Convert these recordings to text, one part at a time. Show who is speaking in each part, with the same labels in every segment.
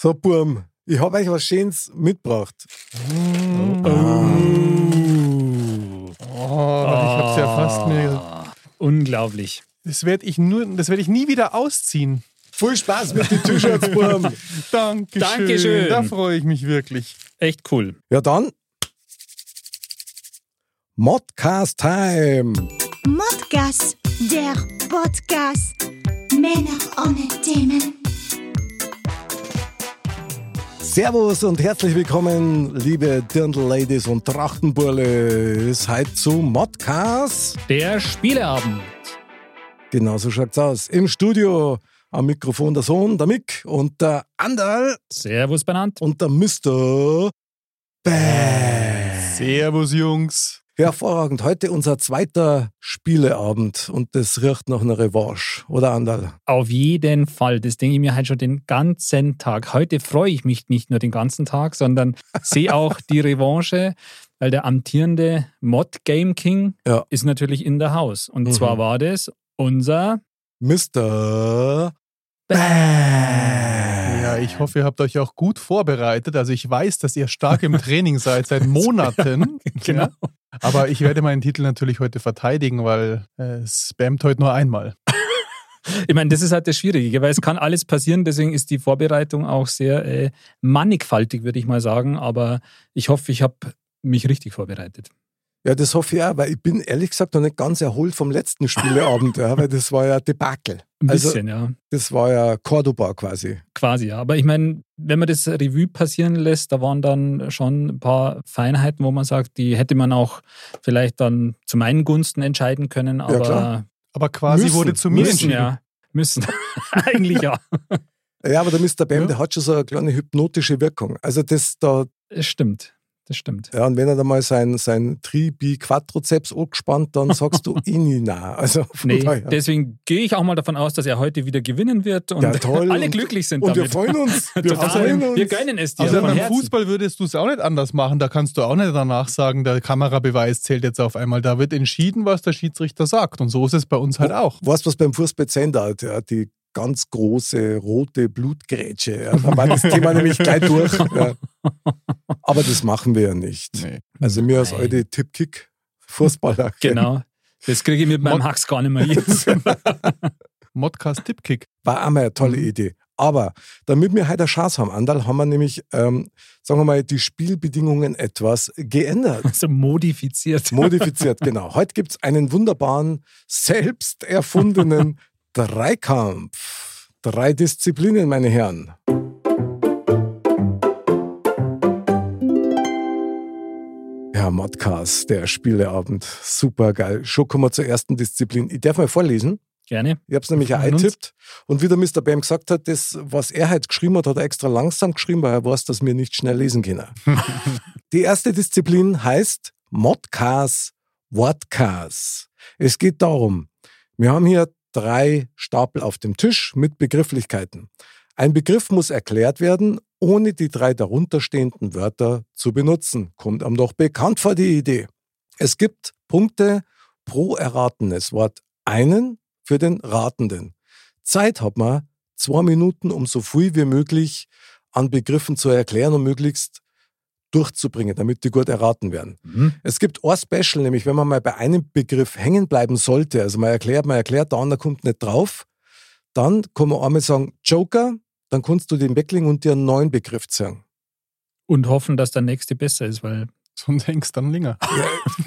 Speaker 1: So, Burm, ich habe euch was Schönes mitgebracht. Ah.
Speaker 2: Oh, ich hab's ja fast mir.
Speaker 3: Ah. Unglaublich.
Speaker 2: Das werde ich, nur- das werd ich nie wieder ausziehen.
Speaker 1: Viel Spaß mit den T-Shirts, Burm.
Speaker 2: Dankeschön.
Speaker 3: Dankeschön.
Speaker 2: Da freue ich mich wirklich.
Speaker 3: Echt cool.
Speaker 1: Ja, dann. Modcast Time.
Speaker 4: Modcast, der Podcast. Männer ohne Themen.
Speaker 1: Servus und herzlich willkommen, liebe Dirndl-Ladies und Trachtenburles. Heute zu Modcast.
Speaker 3: Der Spieleabend.
Speaker 1: Genau so schaut's aus. Im Studio am Mikrofon der Sohn, der Mick und der Anderl
Speaker 3: Servus benannt.
Speaker 1: und der Mr. Bäh.
Speaker 2: Servus, Jungs.
Speaker 1: Hervorragend. Heute unser zweiter Spieleabend und das riecht nach einer Revanche, oder Anderl?
Speaker 3: Auf jeden Fall. Das denke ich mir halt schon den ganzen Tag. Heute freue ich mich nicht nur den ganzen Tag, sondern sehe auch die Revanche, weil der amtierende Mod Game King
Speaker 1: Ja.
Speaker 3: ist natürlich in der Haus. Und
Speaker 1: Mhm.
Speaker 3: zwar war das unser
Speaker 1: Mr.
Speaker 2: Ja, ich hoffe, ihr habt euch auch gut vorbereitet. Also ich weiß, dass ihr stark im Training seid seit Monaten.
Speaker 3: Genau.
Speaker 2: Ja. Aber ich werde meinen Titel natürlich heute verteidigen, weil äh, es spammt heute nur einmal.
Speaker 3: Ich meine, das ist halt das Schwierige, weil es kann alles passieren, deswegen ist die Vorbereitung auch sehr äh, mannigfaltig, würde ich mal sagen. Aber ich hoffe, ich habe mich richtig vorbereitet.
Speaker 1: Ja, das hoffe ich auch, weil ich bin ehrlich gesagt noch nicht ganz erholt vom letzten Spieleabend, ja, weil das war ja Debakel.
Speaker 3: Ein
Speaker 1: Also-
Speaker 3: bisschen, ja.
Speaker 1: Das war ja Cordoba quasi.
Speaker 3: Quasi, ja. Aber ich meine, wenn man das Revue passieren lässt, da waren dann schon ein paar Feinheiten, wo man sagt, die hätte man auch vielleicht dann zu meinen Gunsten entscheiden können,
Speaker 1: klar.
Speaker 3: aber
Speaker 2: Aber quasi
Speaker 1: Müssen.
Speaker 2: wurde zu mir
Speaker 3: müssen,
Speaker 2: entschieden.
Speaker 3: ja. Müssen. Eigentlich ja.
Speaker 1: Ja, aber der Mr. Bam,
Speaker 2: Ja.
Speaker 1: der hat schon so eine kleine hypnotische Wirkung. Also das da,
Speaker 3: Das stimmt. Das stimmt.
Speaker 1: ja, und wenn er dann mal sein, sein Tri-Bi-Quadrozeps angespannt, dann sagst du ini na. Also von
Speaker 3: Nee,
Speaker 1: daher.
Speaker 3: deswegen gehe ich auch mal davon aus, dass er heute wieder gewinnen wird und
Speaker 1: Ja, toll.
Speaker 3: alle
Speaker 1: Und-
Speaker 3: glücklich sind
Speaker 1: Und wir
Speaker 3: damit.
Speaker 1: freuen uns. Wir
Speaker 3: Total.
Speaker 1: freuen uns.
Speaker 3: Wir gönnen es dir.
Speaker 2: Also
Speaker 3: von
Speaker 2: beim
Speaker 3: Herzen.
Speaker 2: Fußball würdest du es auch nicht anders machen. Da kannst du auch nicht danach sagen, der Kamerabeweis zählt jetzt auf einmal. Da wird entschieden, was der Schiedsrichter sagt. Und so ist es bei uns halt auch.
Speaker 1: Weißt du, was beim Fußball zählt? Ja, die ganz große rote Blutgrätsche. Ja, da war das Thema nämlich gleich durch. Ja. Aber das machen wir ja nicht.
Speaker 2: Nee.
Speaker 1: Also mir als
Speaker 3: Nein.
Speaker 1: alte Tippkick-Fußballer.
Speaker 3: Genau. Das kriege ich mit meinem
Speaker 2: Mod-
Speaker 3: Hacks gar nicht mehr hin.
Speaker 2: Modcast Tippkick.
Speaker 1: War auch mal eine tolle
Speaker 3: Mhm.
Speaker 1: Idee. Aber damit wir heute eine Chance haben, Andal, haben wir nämlich, ähm, sagen wir mal, die Spielbedingungen etwas geändert.
Speaker 3: so modifiziert.
Speaker 1: Modifiziert, genau. Heute gibt es einen wunderbaren, selbst erfundenen Dreikampf. Drei Disziplinen, meine Herren. Ja, Modcast, der Spieleabend. Super geil. Schon kommen wir zur ersten Disziplin. Ich darf mal vorlesen.
Speaker 3: Gerne.
Speaker 1: Ich habe es nämlich auch
Speaker 3: freuen uns.
Speaker 1: eingetippt. Und wie der Mr. Bam gesagt hat, das, was er halt geschrieben hat, hat er extra langsam geschrieben, weil er weiß, dass wir nicht schnell lesen können. Die erste Disziplin heißt Modcast, Wordcast. Es geht darum, wir haben hier drei Stapel auf dem Tisch mit Begrifflichkeiten. Ein Begriff muss erklärt werden, ohne die drei darunterstehenden Wörter zu benutzen. Kommt einem doch bekannt vor die Idee. Es gibt Punkte pro erratenes Wort. Einen für den Ratenden. Zeit hat man, zwei Minuten, um so viel wie möglich an Begriffen zu erklären und möglichst durchzubringen, damit die gut erraten werden.
Speaker 3: Mhm.
Speaker 1: Es gibt ein Special, nämlich wenn man mal bei einem Begriff hängen bleiben sollte, also man erklärt, man erklärt, der andere kommt nicht drauf, dann kann man einmal sagen Joker, dann kannst du den weglegen und dir einen neuen Begriff sagen.
Speaker 3: Und hoffen, dass der nächste besser ist, weil
Speaker 2: Sonst hängst du dann länger.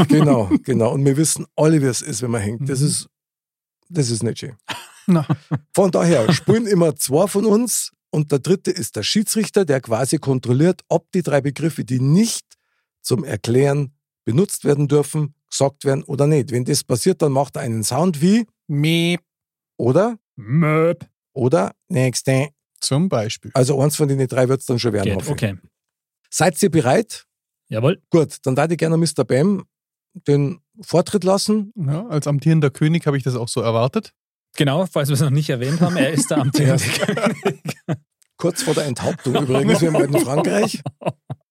Speaker 1: Genau, genau. Und wir wissen alle, wie es ist, wenn man hängt. Das
Speaker 2: Mhm.
Speaker 1: ist, das ist nicht schön.
Speaker 2: Na.
Speaker 1: Von daher spielen immer zwei von uns und der dritte ist der Schiedsrichter, der quasi kontrolliert, ob die drei Begriffe, die nicht zum Erklären benutzt werden dürfen, gesagt werden oder nicht. Wenn das passiert, dann macht er einen Sound wie
Speaker 2: Meep.
Speaker 1: oder
Speaker 3: Möb.
Speaker 1: oder nächste.
Speaker 2: Zum Beispiel.
Speaker 1: Also eins von den drei wird es dann schon werden.
Speaker 3: Geht.
Speaker 1: hoffe ich.
Speaker 3: Okay.
Speaker 1: Seid ihr bereit?
Speaker 3: Jawohl.
Speaker 1: Gut, dann darf ich gerne Mr. Bam den Vortritt lassen.
Speaker 2: Ja, als amtierender König habe ich das auch so erwartet.
Speaker 3: Genau, falls wir es noch nicht erwähnt haben, er ist der amtierende König.
Speaker 1: Kurz vor der Enthauptung übrigens, wir im alten Frankreich.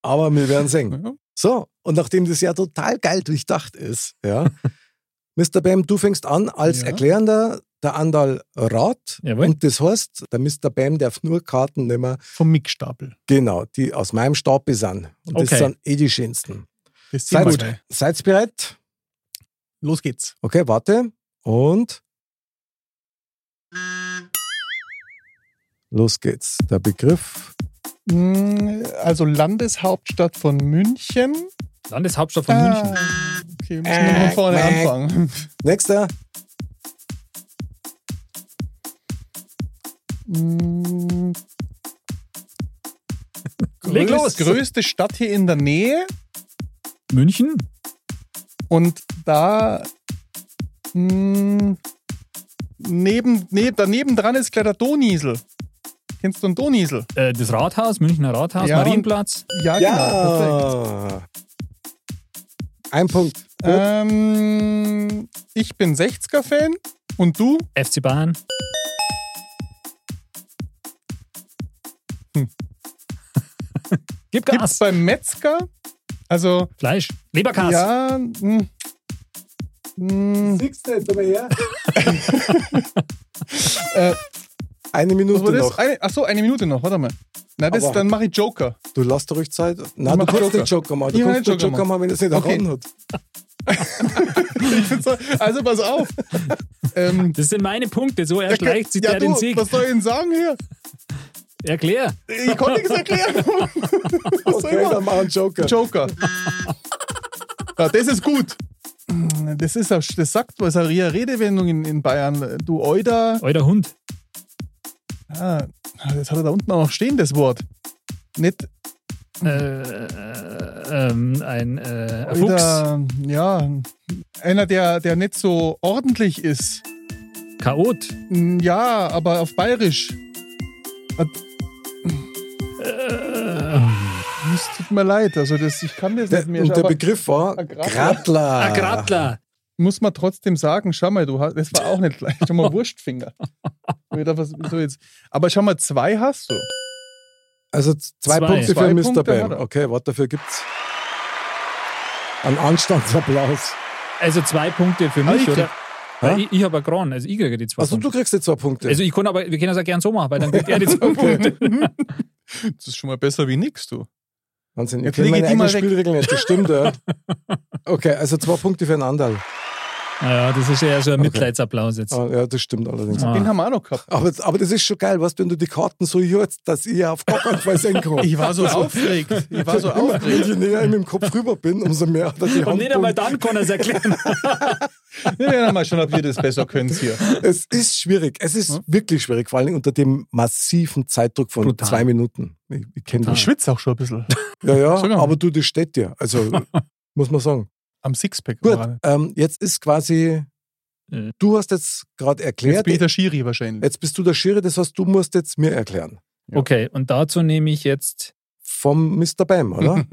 Speaker 1: Aber wir werden sehen.
Speaker 2: Ja.
Speaker 1: So, und nachdem das ja total geil durchdacht ist, ja, Mr. Bam, du fängst an als
Speaker 2: Ja.
Speaker 1: Erklärender, der Andal Rat.
Speaker 3: Jawohl.
Speaker 1: Und das heißt, der Mr. Bam darf nur Karten nehmen,
Speaker 2: Vom Mickstapel.
Speaker 1: genau, die aus meinem Stapel sind. Und das
Speaker 3: Okay.
Speaker 1: sind eh die schönsten.
Speaker 2: Das sehen
Speaker 1: Seid
Speaker 2: wir
Speaker 1: gut.
Speaker 2: gleich.
Speaker 1: Seid bereit?
Speaker 2: Los geht's.
Speaker 1: Okay, warte. Und los geht's. Der Begriff.
Speaker 2: Mm, Also Landeshauptstadt von München.
Speaker 3: Landeshauptstadt von München.
Speaker 2: Ah, Okay, müssen wir von vorne
Speaker 1: Äh, äh.
Speaker 2: anfangen.
Speaker 1: Nächster.
Speaker 2: Mm.
Speaker 3: Leg
Speaker 2: Größ-
Speaker 3: los.
Speaker 2: Größte Stadt hier in der Nähe.
Speaker 3: München?
Speaker 2: Und da mh, neben, neb, daneben dran ist gleich der Doniesel. Kennst du einen Doniesel?
Speaker 3: Äh, das Rathaus, Münchner Rathaus,
Speaker 2: Ja,
Speaker 3: Marienplatz.
Speaker 2: Ja, genau,
Speaker 1: Ja. Ein Punkt. Oh,
Speaker 2: Äh, Ähm, ich bin 60er-Fan und du?
Speaker 3: FC Bayern.
Speaker 2: Hm.
Speaker 3: Gib
Speaker 2: Gibt's
Speaker 3: Gas.
Speaker 2: beim Metzger? Also,
Speaker 3: Fleisch. Leberkas.
Speaker 2: ja. hm, Mh, mh,
Speaker 1: Nächster, jetzt aber her.
Speaker 2: äh,
Speaker 1: Eine
Speaker 2: was war
Speaker 1: Minute
Speaker 2: das?
Speaker 1: noch.
Speaker 2: Eine, achso, eine Minute noch, warte mal. Na, das,
Speaker 1: Aber-
Speaker 2: dann mache ich Joker.
Speaker 1: Du lässt ruhig Zeit. Nein, du
Speaker 2: mach
Speaker 1: kannst
Speaker 2: Joker.
Speaker 1: den Joker machen. Du
Speaker 2: Ich mach
Speaker 1: kannst
Speaker 2: den
Speaker 1: den
Speaker 2: Joker
Speaker 1: Joker machen, wenn er es nicht
Speaker 2: Okay.
Speaker 1: erraten hat.
Speaker 2: Ich find's so- also, pass auf. ähm,
Speaker 3: Das sind meine Punkte. So erschleicht sich
Speaker 2: ja,
Speaker 3: der
Speaker 2: du,
Speaker 3: den Sieg.
Speaker 2: Was soll ich denn sagen hier?
Speaker 3: Erklär.
Speaker 2: Ich konnte nichts erklären. Was soll ich
Speaker 1: Okay,
Speaker 2: machen?
Speaker 1: dann machen wir einen Joker.
Speaker 2: Joker. Ja, das ist gut. Das ist ja, das sagt was eine Redewendung in, in Bayern. Du Euda.
Speaker 3: Euer Hund.
Speaker 2: Ah, das hat er da unten auch noch stehen, das Wort. Nicht
Speaker 3: Äh, äh, ähm, ein äh, ein Fuchs.
Speaker 2: Euda. Ja, einer, der, der nicht so ordentlich ist.
Speaker 3: Chaot.
Speaker 2: Mm, Ja, aber auf Bayerisch.
Speaker 3: Äh,
Speaker 2: Es tut mir leid. Also das, ich kann das
Speaker 1: Der,
Speaker 2: nicht mehr.
Speaker 1: und der
Speaker 2: aber
Speaker 1: Begriff war
Speaker 2: Ein Grappler.
Speaker 1: Grattler.
Speaker 3: ein Grattler.
Speaker 2: muss man trotzdem sagen, schau mal, du hast, das war auch nicht leicht. Schau mal, Wurstfinger. Wieder was- so jetzt. Aber schau mal, zwei hast du.
Speaker 1: Also z- zwei,
Speaker 3: Zwei.
Speaker 1: Punkte
Speaker 2: Zwei
Speaker 1: für
Speaker 2: Punkte
Speaker 1: Mr.
Speaker 2: hat
Speaker 1: Bam.
Speaker 2: er.
Speaker 1: Okay, was dafür gibt's? Ein Anstandsapplaus.
Speaker 3: Also zwei Punkte für
Speaker 2: Ah,
Speaker 3: mich,
Speaker 2: ich
Speaker 3: oder?
Speaker 2: krieg-
Speaker 3: Weil ich ich habe gewonnen. Also ich kriege die zwei
Speaker 1: Also du
Speaker 3: Punkte.
Speaker 1: kriegst jetzt zwei Punkte.
Speaker 3: Also ich kann aber, wir können das auch gern so machen, weil dann kriegt er die zwei Punkte.
Speaker 2: Das ist schon mal besser wie nix, du.
Speaker 1: Wahnsinn, ich
Speaker 2: Jetzt
Speaker 1: kenne
Speaker 2: leg ich
Speaker 1: meine
Speaker 2: die mal
Speaker 1: eigenen
Speaker 2: weg.
Speaker 1: Spielregeln nicht. Das stimmt, ja. Okay, also zwei Punkte für einen Andal.
Speaker 3: Ja, das ist ja so ein Mitleidsapplaus jetzt.
Speaker 1: Ah, ja, das stimmt allerdings.
Speaker 3: Ah.
Speaker 2: Den haben wir auch noch gehabt.
Speaker 1: Aber, aber das ist schon geil, weißt du, wenn du die Karten so hörst, dass ich auf gar keinen Fall sehen kann.
Speaker 2: Ich war so aufgeregt. Ich war so
Speaker 1: Immer,
Speaker 2: aufgeregt.
Speaker 1: Je näher ich mit dem Kopf rüber bin, umso mehr hat er die
Speaker 3: Und nicht
Speaker 1: Handpunkte.
Speaker 3: einmal dann kann er es erklären.
Speaker 2: Wir werden mal schauen, ob ihr das besser könnt hier.
Speaker 1: Es ist schwierig. Es ist
Speaker 2: Hm?
Speaker 1: wirklich schwierig, vor allem unter dem massiven Zeitdruck von
Speaker 3: Brutal.
Speaker 1: zwei Minuten. Ich, ich kenne das.
Speaker 3: Brutal.
Speaker 2: Ich schwitze auch schon ein bisschen.
Speaker 1: Ja,
Speaker 2: Sag
Speaker 1: ja,
Speaker 2: mal.
Speaker 1: aber du, das steht dir. Also, muss man sagen.
Speaker 2: Am Sixpack.
Speaker 1: Gut,
Speaker 2: gerade.
Speaker 1: ähm, jetzt ist quasi,
Speaker 3: Äh.
Speaker 1: du hast jetzt gerade
Speaker 2: Jetzt
Speaker 1: erklärt,
Speaker 2: bin ich der Schiri wahrscheinlich.
Speaker 1: jetzt bist du der Schiri, das heißt, du musst jetzt mir erklären.
Speaker 3: Okay, und dazu nehme ich jetzt
Speaker 1: Vom Mr. Bam, oder?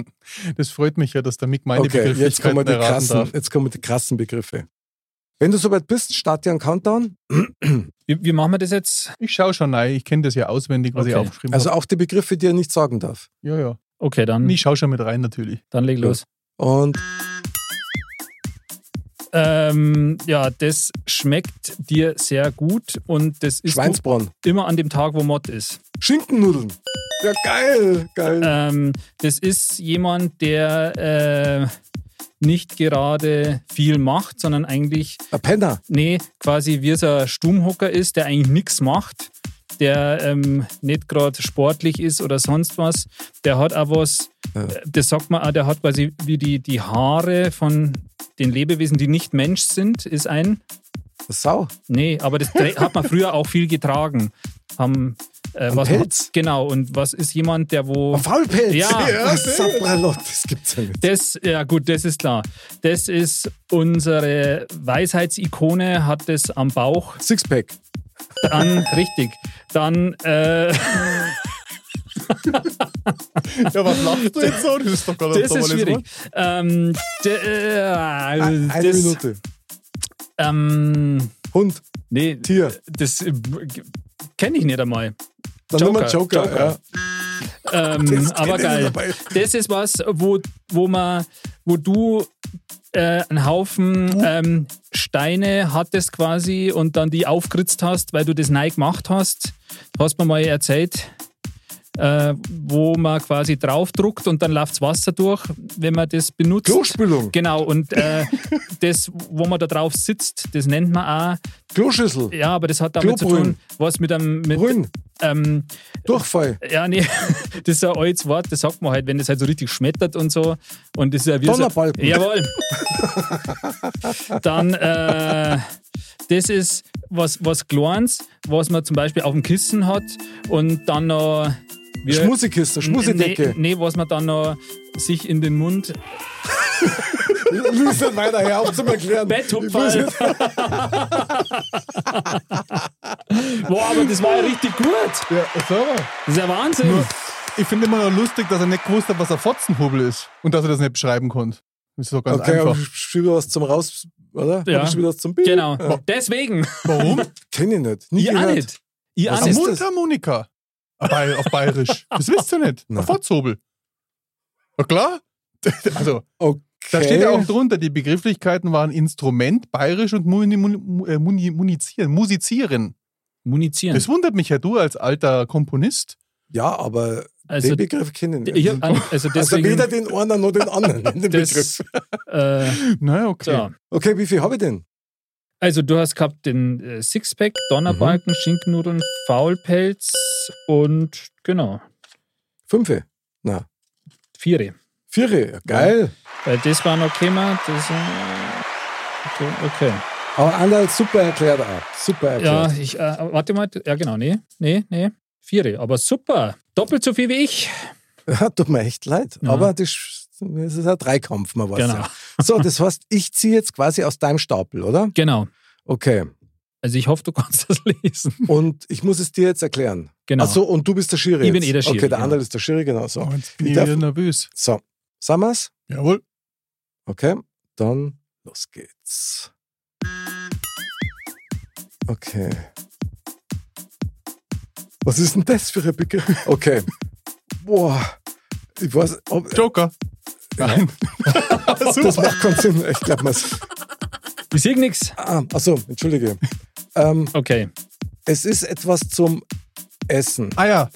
Speaker 2: Das freut mich ja, dass der Mick meine
Speaker 1: okay, jetzt
Speaker 2: Begrifflichkeiten
Speaker 1: kommen, die
Speaker 2: erraten
Speaker 1: krassen,
Speaker 2: darf.
Speaker 1: jetzt kommen die krassen Begriffe. Wenn du soweit bist, starte einen Countdown.
Speaker 3: Wie, wie machen wir das jetzt?
Speaker 2: Ich schaue schon rein. Ich kenne das ja auswendig, was ich
Speaker 3: Okay.
Speaker 2: aufgeschrieben
Speaker 1: Also
Speaker 2: habe.
Speaker 1: auch die Begriffe, die er nicht sagen darf.
Speaker 2: Ja, ja.
Speaker 3: Okay, dann,
Speaker 2: Ich schaue schon mit rein natürlich.
Speaker 3: dann leg los.
Speaker 1: Und
Speaker 3: Ähm, ja, das schmeckt dir sehr gut und das ist
Speaker 1: Schweinsbraun.
Speaker 3: gut immer an dem Tag, wo Mod ist.
Speaker 1: Schinkennudeln. Ja, geil, geil.
Speaker 3: Ähm, das ist jemand, der äh, nicht gerade viel macht, sondern eigentlich,
Speaker 1: Ein Penner.
Speaker 3: nee, quasi wie so ein Stummhocker ist, der eigentlich nichts macht, der ähm, nicht gerade sportlich ist oder sonst was. Der hat auch was,
Speaker 1: Ja.
Speaker 3: äh, das sagt man auch, der hat quasi wie die, die Haare von den Lebewesen, die nicht Mensch sind, ist ein.
Speaker 1: Eine Sau.
Speaker 3: Nee, aber das trä- hat man früher auch viel getragen. Haben, äh,
Speaker 1: Ein
Speaker 3: was
Speaker 1: Pelz?
Speaker 3: Genau, und was ist jemand, der wo.
Speaker 1: Ein Faulpelz.
Speaker 3: Ja.
Speaker 1: ja Sabralot, das gibt's ja nicht.
Speaker 3: Das, ja gut, das ist klar. Das ist unsere Weisheitsikone, hat das am Bauch.
Speaker 1: Sixpack.
Speaker 3: Dann, richtig, dann, äh,
Speaker 2: Ja, was lachst du jetzt so? Oh, Das ist doch gar
Speaker 3: das ist schwierig. Ähm, d- äh,
Speaker 1: Eine
Speaker 3: das,
Speaker 1: Minute.
Speaker 3: Ähm,
Speaker 1: Hund,
Speaker 3: nee,
Speaker 1: Tier.
Speaker 3: das kenne ich nicht einmal.
Speaker 1: Dann
Speaker 3: Joker,
Speaker 1: Joker, Nummer Joker.
Speaker 3: Joker.
Speaker 1: Ja.
Speaker 3: Ähm,
Speaker 1: Das
Speaker 3: aber
Speaker 1: geht
Speaker 3: geil.
Speaker 1: dabei.
Speaker 3: Das ist was, wo, wo man, wo du äh, einen Haufen ähm, Steine hattest quasi und dann die aufgeritzt hast, weil du das neu gemacht hast. Du hast mir mal erzählt, äh, wo man quasi draufdruckt und dann läuft das Wasser durch, wenn man das benutzt.
Speaker 1: Klospülung,
Speaker 3: Genau, und äh, das, wo man da drauf sitzt, das nennt man auch,
Speaker 1: Kloschüssel,
Speaker 3: ja, aber das hat damit zu
Speaker 1: Klobrühen.
Speaker 3: tun, was mit einem, mit,
Speaker 1: Brünn,
Speaker 3: ähm,
Speaker 1: Durchfall,
Speaker 3: ja, nee, das ist ein altes Wort, das sagt man halt, wenn das halt so richtig schmettert und so. Und das ist ja wie
Speaker 1: Donnerbalken.
Speaker 3: So, jawohl. Dann, äh, das ist was, was Kleines, was man zum Beispiel auf dem Kissen hat und dann noch. wie-
Speaker 1: Schmussikiste, Schmussidecke.
Speaker 3: Nee, nee, was man dann noch sich in den Mund.
Speaker 1: Lies nicht weiter her, auf zum Erklären.
Speaker 3: Betthupferl. Boah, aber das war ja richtig gut.
Speaker 2: Ja, sauber.
Speaker 3: Das ist ja Wahnsinn.
Speaker 2: Nur, ich finde immer noch lustig, dass er nicht gewusst hat, was ein Fotzenhubbel ist und dass er das nicht beschreiben konnte. Das ist doch ganz
Speaker 1: Okay,
Speaker 2: einfach.
Speaker 1: ich spiele was zum Raus, oder?
Speaker 3: Ja.
Speaker 1: Ich spiele was zum Bild.
Speaker 3: Genau. Deswegen.
Speaker 2: Warum?
Speaker 1: Kenn ich nicht. Nie
Speaker 3: Ihr auch
Speaker 1: gehört.
Speaker 3: nicht. Ihr
Speaker 1: Was
Speaker 3: auch
Speaker 2: Eine
Speaker 1: ist
Speaker 3: nicht.
Speaker 1: das?
Speaker 2: Mundharmonika. Auf Bay- auf Bayerisch. Das wisst ihr nicht.
Speaker 1: Nein.
Speaker 2: Ein Fotzhobel. Na klar. Also,
Speaker 1: Okay.
Speaker 2: da steht ja auch drunter, die Begrifflichkeiten waren Instrument, Bayerisch und muni, muni, äh, muni, munizieren, musizieren.
Speaker 3: Munizieren.
Speaker 2: Das wundert mich ja, du als alter Komponist.
Speaker 1: Ja, aber
Speaker 3: Also,
Speaker 1: den Begriff kennen
Speaker 3: ich hab, an- also
Speaker 1: Also
Speaker 3: deswegen.
Speaker 1: weder den einen noch den anderen, den Begriff.
Speaker 3: das, äh,
Speaker 2: Naja, okay.
Speaker 3: so.
Speaker 1: Okay, wie viel habe ich denn?
Speaker 3: Also, du hast gehabt den äh, Sixpack, Donnerbalken,
Speaker 2: Mhm.
Speaker 3: Schinkennudeln, Faulpelz und genau,
Speaker 1: Fünfe. Na,
Speaker 3: Viere.
Speaker 1: viere. Ja, Geil.
Speaker 3: Weil das war noch Thema. Das, äh, so, okay.
Speaker 1: Aber Andal super erklärt auch. Super
Speaker 3: Ja,
Speaker 1: erklärt.
Speaker 3: ich, äh, warte mal. Ja, genau. Nee, nee, nee. Viere. Aber super. Doppelt so viel wie ich.
Speaker 1: Ja, tut mir echt leid.
Speaker 3: Ja.
Speaker 1: Aber das, ist- das ist ein Dreikampf, man weiß
Speaker 3: Mhm. Genau.
Speaker 1: ja. So, das heißt, ich ziehe jetzt quasi aus deinem Stapel, oder?
Speaker 3: Genau.
Speaker 1: Okay.
Speaker 3: Also, ich hoffe, du kannst das lesen.
Speaker 1: Und ich muss es dir jetzt erklären.
Speaker 3: Genau.
Speaker 1: Achso, und du bist der Schiri.
Speaker 3: Ich bin
Speaker 1: jetzt.
Speaker 3: eh der Schiri,
Speaker 1: Okay, der
Speaker 3: ja.
Speaker 1: andere ist der Schiri, genau so.
Speaker 2: Oh, jetzt bin ich
Speaker 1: Ich darf-
Speaker 2: wieder nervös.
Speaker 1: So, sagen wir's?
Speaker 2: Jawohl.
Speaker 1: Okay, dann los geht's. Okay. Was ist denn das für ein Begriff? Okay. Boah. Ich weiß, ob,
Speaker 2: Joker. Nein.
Speaker 1: das macht keinen Sinn. Ich glaube mir's.
Speaker 3: Ich sehe nichts.
Speaker 1: Ah, achso, entschuldige. Ähm,
Speaker 3: Okay.
Speaker 1: es ist etwas zum Essen.
Speaker 2: Eier.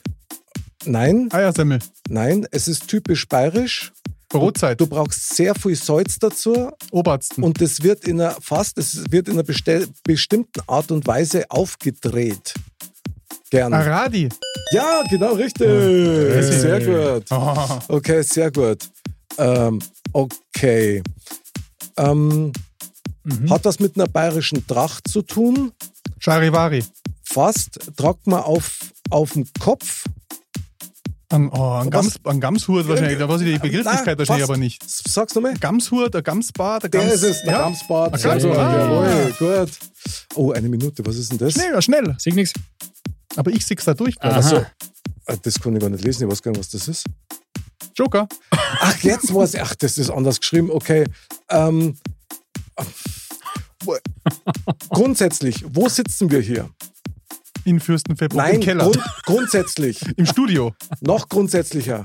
Speaker 1: Nein,
Speaker 2: Eiersemmel.
Speaker 1: nein, es ist typisch bayerisch.
Speaker 2: Brotzeit.
Speaker 1: Du brauchst sehr viel Salz dazu
Speaker 2: Obersten.
Speaker 1: und das wird in einer fast, es wird in einer bestell- bestimmten Art und Weise aufgedreht. Gerne.
Speaker 2: Aradi.
Speaker 1: Ja, genau richtig. Sehr gut.
Speaker 2: Oh.
Speaker 1: Okay, sehr gut. Ähm, okay. Ähm,
Speaker 3: Mhm.
Speaker 1: Hat das mit einer bayerischen Tracht zu tun?
Speaker 2: Charivari.
Speaker 1: Fast. Tragt man auf, auf dem Kopf.
Speaker 2: An, oh, an,
Speaker 1: Was?
Speaker 2: Gams, an Gamshurt wahrscheinlich. Da weiß ich die Begrifflichkeit
Speaker 1: Nein,
Speaker 2: wahrscheinlich
Speaker 1: fast.
Speaker 2: aber nicht.
Speaker 1: Sag's nochmal.
Speaker 2: Gamshurt, ein Gamsbad, ein
Speaker 1: Der
Speaker 2: Gams...
Speaker 1: ist es, der
Speaker 2: ja?
Speaker 1: Gamsbart.
Speaker 2: Ach, genau. Gamsbart,
Speaker 1: Jawohl, gut. Oh, eine Minute, was ist denn das?
Speaker 2: Schnell, ja, schnell.
Speaker 3: Sieg nichts.
Speaker 2: Aber ich sieg's da durch.
Speaker 3: Aha.
Speaker 2: Ach so.
Speaker 1: Ah, Das kann ich gar nicht lesen, ich weiß gar nicht, was das ist.
Speaker 2: Joker.
Speaker 1: Ach, jetzt war es. Ach, das ist anders geschrieben. Okay. Ähm, wo- grundsätzlich, wo sitzen wir hier?
Speaker 2: In Fürstenfeldbruck. Im
Speaker 1: Nein,
Speaker 2: Keller.
Speaker 1: grund, grundsätzlich.
Speaker 2: Im Studio.
Speaker 1: Noch grundsätzlicher.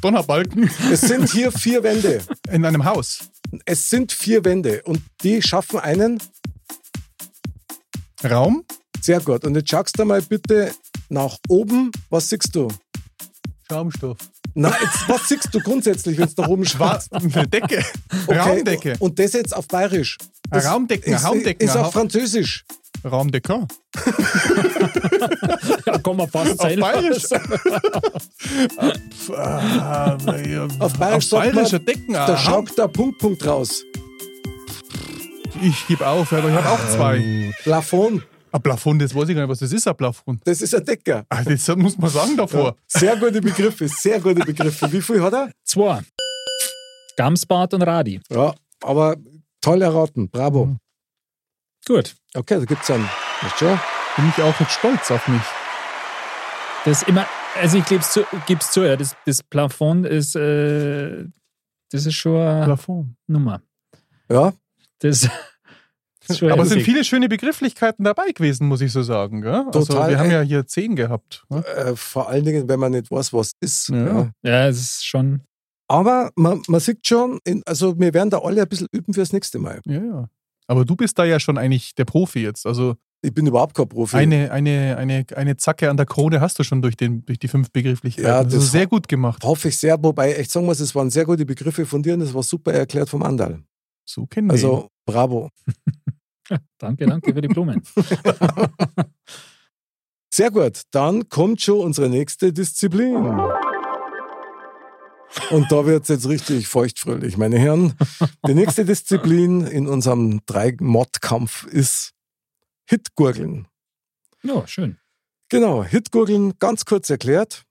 Speaker 2: Donnerbalken.
Speaker 1: Es sind hier vier Wände.
Speaker 2: In einem Haus.
Speaker 1: Es sind vier Wände und die schaffen einen.
Speaker 2: Raum.
Speaker 1: Sehr gut. Und jetzt schaust du mal bitte nach oben. Was siehst du?
Speaker 2: Schaumstoff.
Speaker 1: Nein, jetzt, was siehst du grundsätzlich, wenn du nach oben schaust?
Speaker 2: Was? Eine Decke.
Speaker 1: Okay,
Speaker 2: Raumdecke.
Speaker 1: Und das jetzt auf Bayerisch.
Speaker 2: Eine
Speaker 1: Das
Speaker 2: Raumdecken,
Speaker 1: ist,
Speaker 2: Raumdecken.
Speaker 1: Ist auf
Speaker 2: Raumdecker.
Speaker 1: Französisch.
Speaker 2: Raumdecker.
Speaker 3: Da kann man fast
Speaker 2: Auf
Speaker 3: sein.
Speaker 2: Bayerisch. Pff, ah, ja.
Speaker 1: Auf Bayerisch
Speaker 2: auf
Speaker 1: sagt
Speaker 2: bayerische
Speaker 1: man,
Speaker 2: Decken.
Speaker 1: Da
Speaker 2: aha.
Speaker 1: schaut der Punkt, Punkt raus.
Speaker 2: Ich gebe auf, aber ich habe auch zwei.
Speaker 1: Plafond,
Speaker 2: Ein Plafond, das weiß ich gar nicht, was das ist, ein Plafond.
Speaker 1: das ist ein Decker.
Speaker 2: Ah, das muss man sagen davor.
Speaker 1: Sehr gute Begriffe, sehr gute Begriffe. Wie viel hat er?
Speaker 3: Zwei. Gamsbart und Radi.
Speaker 1: Ja, aber toll erraten, bravo.
Speaker 3: Gut.
Speaker 1: Okay, da gibt es einen. Nicht schon?
Speaker 2: Bin ich auch jetzt stolz auf mich.
Speaker 3: Das ist immer, also ich geb's zu, geb's zu ja, das, das Plafond ist, äh, das ist schon eine
Speaker 2: Plafond.
Speaker 3: Nummer.
Speaker 1: Ja,
Speaker 3: Das, das ist schon
Speaker 2: Aber es sind
Speaker 3: heftig.
Speaker 2: viele schöne Begrifflichkeiten dabei gewesen, muss ich so sagen. Gell? Also,
Speaker 1: Total,
Speaker 2: wir haben
Speaker 1: ey.
Speaker 2: ja hier zehn gehabt. Ne?
Speaker 1: äh, vor allen Dingen, wenn man nicht weiß, was ist.
Speaker 2: Ja.
Speaker 3: Ja, es ist schon
Speaker 1: Aber man, man sieht schon, in, also wir werden da alle ein bisschen üben fürs nächste Mal.
Speaker 2: Ja, ja. Aber du bist da ja schon eigentlich der Profi jetzt. Also
Speaker 1: Ich bin überhaupt kein Profi.
Speaker 2: eine, eine, eine, eine Zacke an der Krone hast du schon durch, den, durch die fünf Begrifflichkeiten.
Speaker 1: Ja,
Speaker 2: das
Speaker 1: das-
Speaker 2: ist sehr gut gemacht.
Speaker 1: Hoffe ich sehr, wobei echt sagen muss, es waren sehr gute Begriffe von dir und es war super erklärt vom Andal.
Speaker 2: So kennen wir ihn.
Speaker 1: Also bravo.
Speaker 3: Danke, danke für die Blumen.
Speaker 1: Sehr gut, dann kommt schon unsere nächste Disziplin. Und da wird es jetzt richtig feuchtfröhlich, meine Herren. Die nächste Disziplin in unserem Drei-Mod-Kampf ist Hitgurgeln.
Speaker 3: Ja, schön.
Speaker 1: Genau, Hitgurgeln ganz kurz erklärt.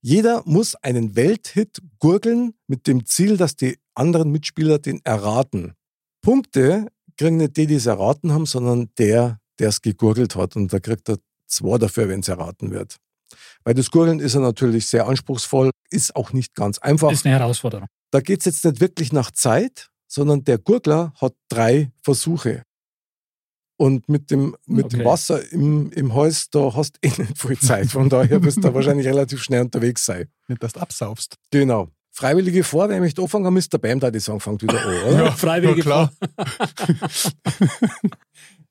Speaker 1: Jeder muss einen Welthit gurgeln mit dem Ziel, dass die anderen Mitspieler den erraten. Punkte kriegen nicht die, die es erraten haben, sondern der, der es gegurgelt hat. Und da kriegt er zwei dafür, wenn es erraten wird. Weil das Gurgeln ist ja natürlich sehr anspruchsvoll, ist auch nicht ganz einfach.
Speaker 3: Ist eine Herausforderung.
Speaker 1: Da geht es jetzt nicht wirklich nach Zeit, sondern der Gurgler hat drei Versuche. Und mit dem, mit dem
Speaker 3: Okay.
Speaker 1: Wasser im, im Hals, da hast du eh nicht viel Zeit. Von daher wirst du wahrscheinlich relativ schnell unterwegs sein.
Speaker 2: Nicht, dass du absaufst.
Speaker 1: Genau. Freiwillige vor, wenn ich möchte anfangen, Mr. Bam da die Song fängt wieder an, oder?
Speaker 3: Ja, Freiwillige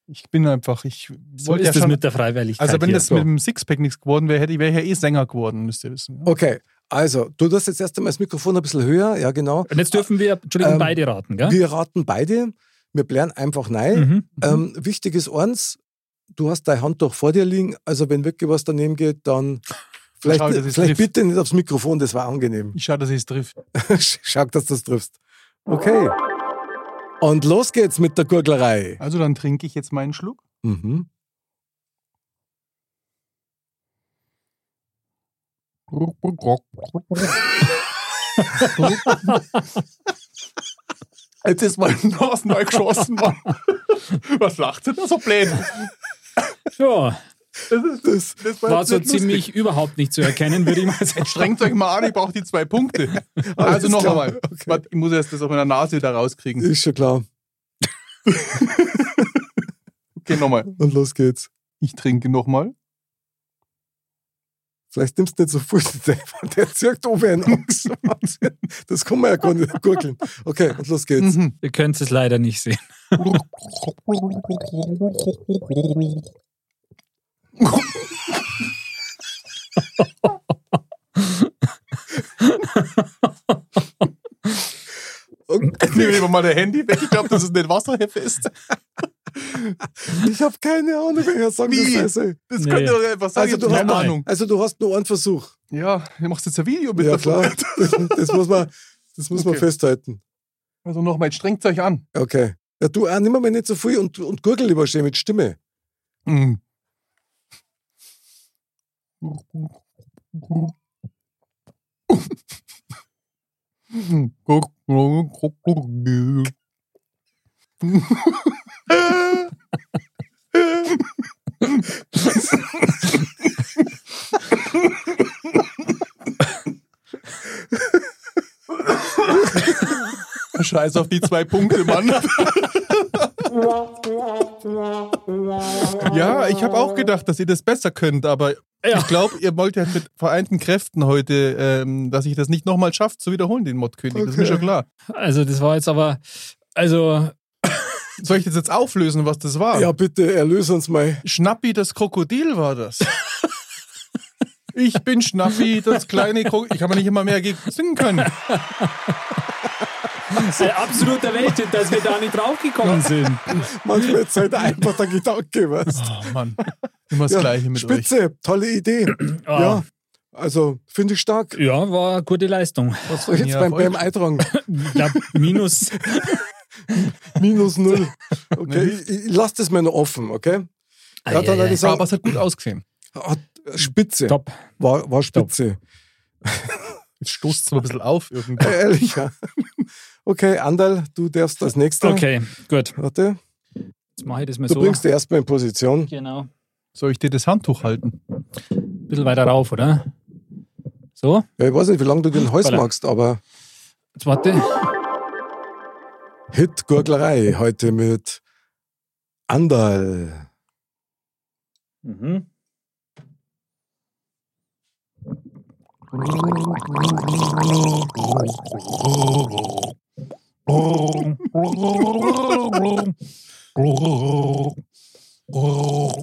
Speaker 2: ich bin einfach, ich
Speaker 3: So
Speaker 2: wollte
Speaker 3: ist
Speaker 2: ja
Speaker 3: es
Speaker 2: schon.
Speaker 3: mit der Freiwilligkeit.
Speaker 2: also wenn
Speaker 3: hier.
Speaker 2: das mit dem Sixpack nichts geworden wäre, hätte ich wäre ich ja eh Sänger geworden, müsst ihr wissen.
Speaker 1: Okay, also, du darfst jetzt erst einmal das Mikrofon ein bisschen höher. Ja, genau.
Speaker 3: Und jetzt dürfen wir, Entschuldigung,
Speaker 1: Ähm,
Speaker 3: beide raten, gell?
Speaker 1: Wir raten beide. Wir blären einfach nein.
Speaker 3: Mhm.
Speaker 1: Ähm, wichtig ist eins, du hast deine Hand doch vor dir liegen, also wenn wirklich was daneben geht, dann vielleicht,
Speaker 2: Schau, dass es
Speaker 1: vielleicht
Speaker 2: trifft.
Speaker 1: bitte nicht aufs Mikrofon, das war angenehm.
Speaker 2: Ich schaue, dass ich es trifft.
Speaker 1: Schau, dass du es triffst. Okay. Und los geht's mit der Gurglerei.
Speaker 2: Also dann trinke ich jetzt meinen Schluck.
Speaker 1: Mhm.
Speaker 2: Jetzt ist mein Nase neu geschossen worden. Was lacht ihr da so blöd?
Speaker 3: Ja,
Speaker 2: Das, ist, das, das
Speaker 3: war
Speaker 2: jetzt
Speaker 3: so
Speaker 2: nicht lustig.
Speaker 3: ziemlich überhaupt nicht zu erkennen, würde ich mal sagen.
Speaker 2: Strengt euch mal an, ich brauche die zwei Punkte. Also noch
Speaker 1: klar.
Speaker 2: einmal. Warte, Ich muss erst das auf meiner Nase wieder rauskriegen.
Speaker 1: Ist schon klar.
Speaker 2: Okay, nochmal.
Speaker 1: Und los geht's.
Speaker 2: Ich trinke nochmal.
Speaker 1: Vielleicht nimmst du nicht so viel, der, der zirkt oben einen Ochs. Das kann man ja gar nicht gurgeln. Okay, und los geht's.
Speaker 2: Mhm.
Speaker 3: Ihr könnt es leider nicht sehen.
Speaker 2: Ich nehme lieber mal der Handy weg. Ich glaube, dass es nicht Wasserhefe ist.
Speaker 1: Ich habe keine Ahnung, welcher Song
Speaker 2: Wie?
Speaker 1: das heißt. ey.
Speaker 2: Das
Speaker 3: Nee.
Speaker 2: könnt ihr doch einfach sagen.
Speaker 1: Also
Speaker 2: ich
Speaker 1: du,
Speaker 2: hab keine
Speaker 1: hast,
Speaker 2: Ahnung.
Speaker 1: also du hast nur einen Versuch.
Speaker 2: Ja, du machst jetzt ein Video mit
Speaker 1: ja,
Speaker 2: davon.
Speaker 1: klar. Das, das muss man, das muss man
Speaker 2: Okay.
Speaker 1: festhalten.
Speaker 2: Also nochmal, jetzt strengt euch an.
Speaker 1: Okay. Ja, du, auch, nimm mir nicht so viel und, und gurgel lieber schön mit Stimme.
Speaker 2: Mhm. Scheiß auf die zwei Punkte, Mann. Ja, ich habe auch gedacht, dass ihr das besser könnt, aber
Speaker 3: Ja.
Speaker 2: ich glaube, ihr wollt ja mit vereinten Kräften heute, ähm, dass ich das nicht nochmal schafft zu wiederholen, den Modkönig. Das ist mir
Speaker 1: Okay.
Speaker 2: schon klar.
Speaker 3: Also das war jetzt aber, also
Speaker 2: Soll ich das jetzt auflösen, was das war?
Speaker 1: Ja, bitte, erlöse uns mal.
Speaker 2: Schnappi das Krokodil war das. ich bin Schnappi, das kleine Krokodil. Ich habe nicht immer mehr gegen singen können.
Speaker 3: ein Äh, absoluter Welthit, dass wir da nicht draufgekommen sind.
Speaker 1: Manchmal ist halt einfach der Gedanke, was?
Speaker 2: Oh Mann. Immer das Gleiche mit euch.
Speaker 1: Spitze, tolle Idee.
Speaker 3: Ah.
Speaker 1: Ja. Also, finde ich stark.
Speaker 3: Ja, war eine gute Leistung.
Speaker 2: Was
Speaker 1: So, jetzt
Speaker 2: Ja,
Speaker 1: beim,
Speaker 2: voll.
Speaker 1: beim Eintragen.
Speaker 3: Ich glaub, minus
Speaker 1: Minus null. Okay, ich, ich lasse das mal noch offen, okay? Ja, dann würde ich
Speaker 2: Aber
Speaker 1: sagen,
Speaker 2: es hat gut ausgesehen.
Speaker 1: hat, äh, Spitze.
Speaker 3: top.
Speaker 1: War, war spitze.
Speaker 2: Jetzt stoßt es mal ein bisschen auf irgendwann.
Speaker 1: Äh, Ehrlich, ja. Okay, Andal, du darfst als nächster.
Speaker 3: Okay, gut.
Speaker 1: Warte.
Speaker 3: Jetzt mache ich das mal
Speaker 1: Du
Speaker 3: so.
Speaker 1: bringst dich erstmal in Position.
Speaker 3: genau.
Speaker 2: Soll ich dir das Handtuch halten?
Speaker 3: Ein bisschen weiter rauf, oder? So,
Speaker 1: Ja, ich weiß nicht, wie lange du den Hals
Speaker 3: Voilà.
Speaker 1: magst, aber
Speaker 3: jetzt warte.
Speaker 1: Hit-Gurglerei heute mit Andal.
Speaker 3: Mhm. Mhm.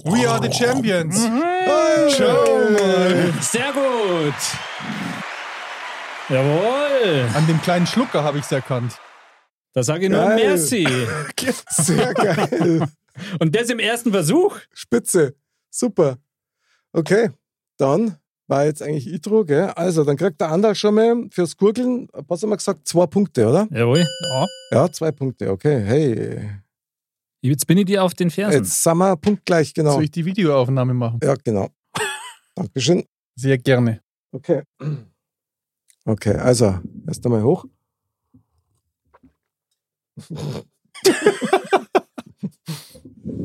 Speaker 2: We are the champions.
Speaker 3: Sehr gut. Jawohl.
Speaker 2: An dem kleinen Schlucker habe ich es erkannt.
Speaker 3: Da sage ich nur
Speaker 1: Geil.
Speaker 3: Merci.
Speaker 1: Sehr geil.
Speaker 3: Und das im ersten Versuch.
Speaker 1: Spitze. Super. Okay, dann war jetzt eigentlich Itro, gell? Also, dann kriegt der Andal schon mal fürs Gurgeln, was haben wir gesagt, zwei Punkte, oder?
Speaker 3: Jawohl.
Speaker 2: Ja.
Speaker 1: Ja, zwei Punkte, okay. Hey,
Speaker 3: Jetzt bin ich dir auf den Fersen.
Speaker 1: jetzt sind wir punktgleich, genau.
Speaker 2: Soll ich die Videoaufnahme machen?
Speaker 1: Ja, genau. Dankeschön.
Speaker 2: Sehr gerne.
Speaker 1: Okay. Okay, also, erst einmal hoch.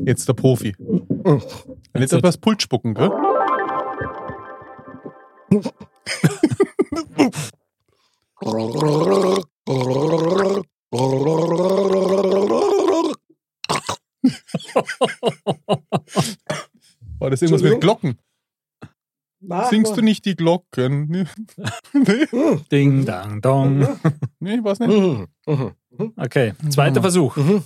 Speaker 2: Jetzt der Profi. Wenn jetzt
Speaker 3: Jetzt-
Speaker 2: aber das Pult spucken, gell? War das irgendwas mit Glocken? Singst du nicht die Glocken? Nee,
Speaker 3: Ding, dang, dong.
Speaker 2: nee ich weiß nicht.
Speaker 1: Mhm. Mhm.
Speaker 3: Okay, zweiter
Speaker 2: Mhm.
Speaker 3: Versuch.
Speaker 1: Mhm.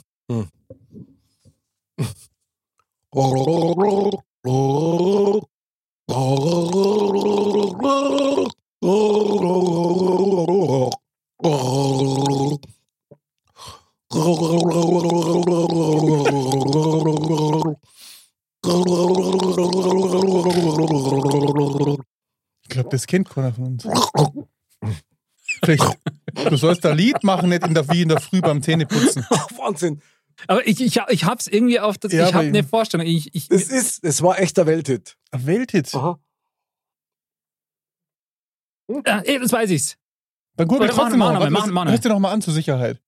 Speaker 2: Ich glaube, das kennt keiner von uns. Vielleicht. Du sollst ein Lied machen, nicht in der, wie in der Früh beim Zähneputzen.
Speaker 1: Wahnsinn.
Speaker 3: Aber ich, ich, ich hab's irgendwie auf das.
Speaker 2: Ja,
Speaker 3: ich hab
Speaker 2: aber-
Speaker 3: eine Vorstellung. Ich, ich,
Speaker 1: Das ist, es war echter Welthit.
Speaker 2: Ein Welthit.
Speaker 1: Aha.
Speaker 3: Ah, eh, das weiß ich's.
Speaker 2: Dann gut, wir
Speaker 3: Warte,
Speaker 2: trotzdem
Speaker 3: machen
Speaker 2: noch.
Speaker 3: wir, machen wir,
Speaker 2: Warte,
Speaker 3: machen wir.
Speaker 2: Hörst dir noch mal an zur Sicherheit.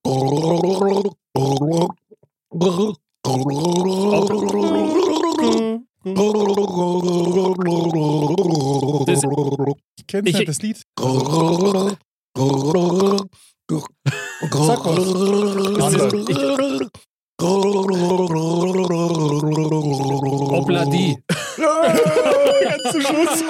Speaker 2: Ich kenne
Speaker 3: Ich-
Speaker 2: nicht das Lied.
Speaker 3: Obladi.
Speaker 2: Ganz zum Schluss.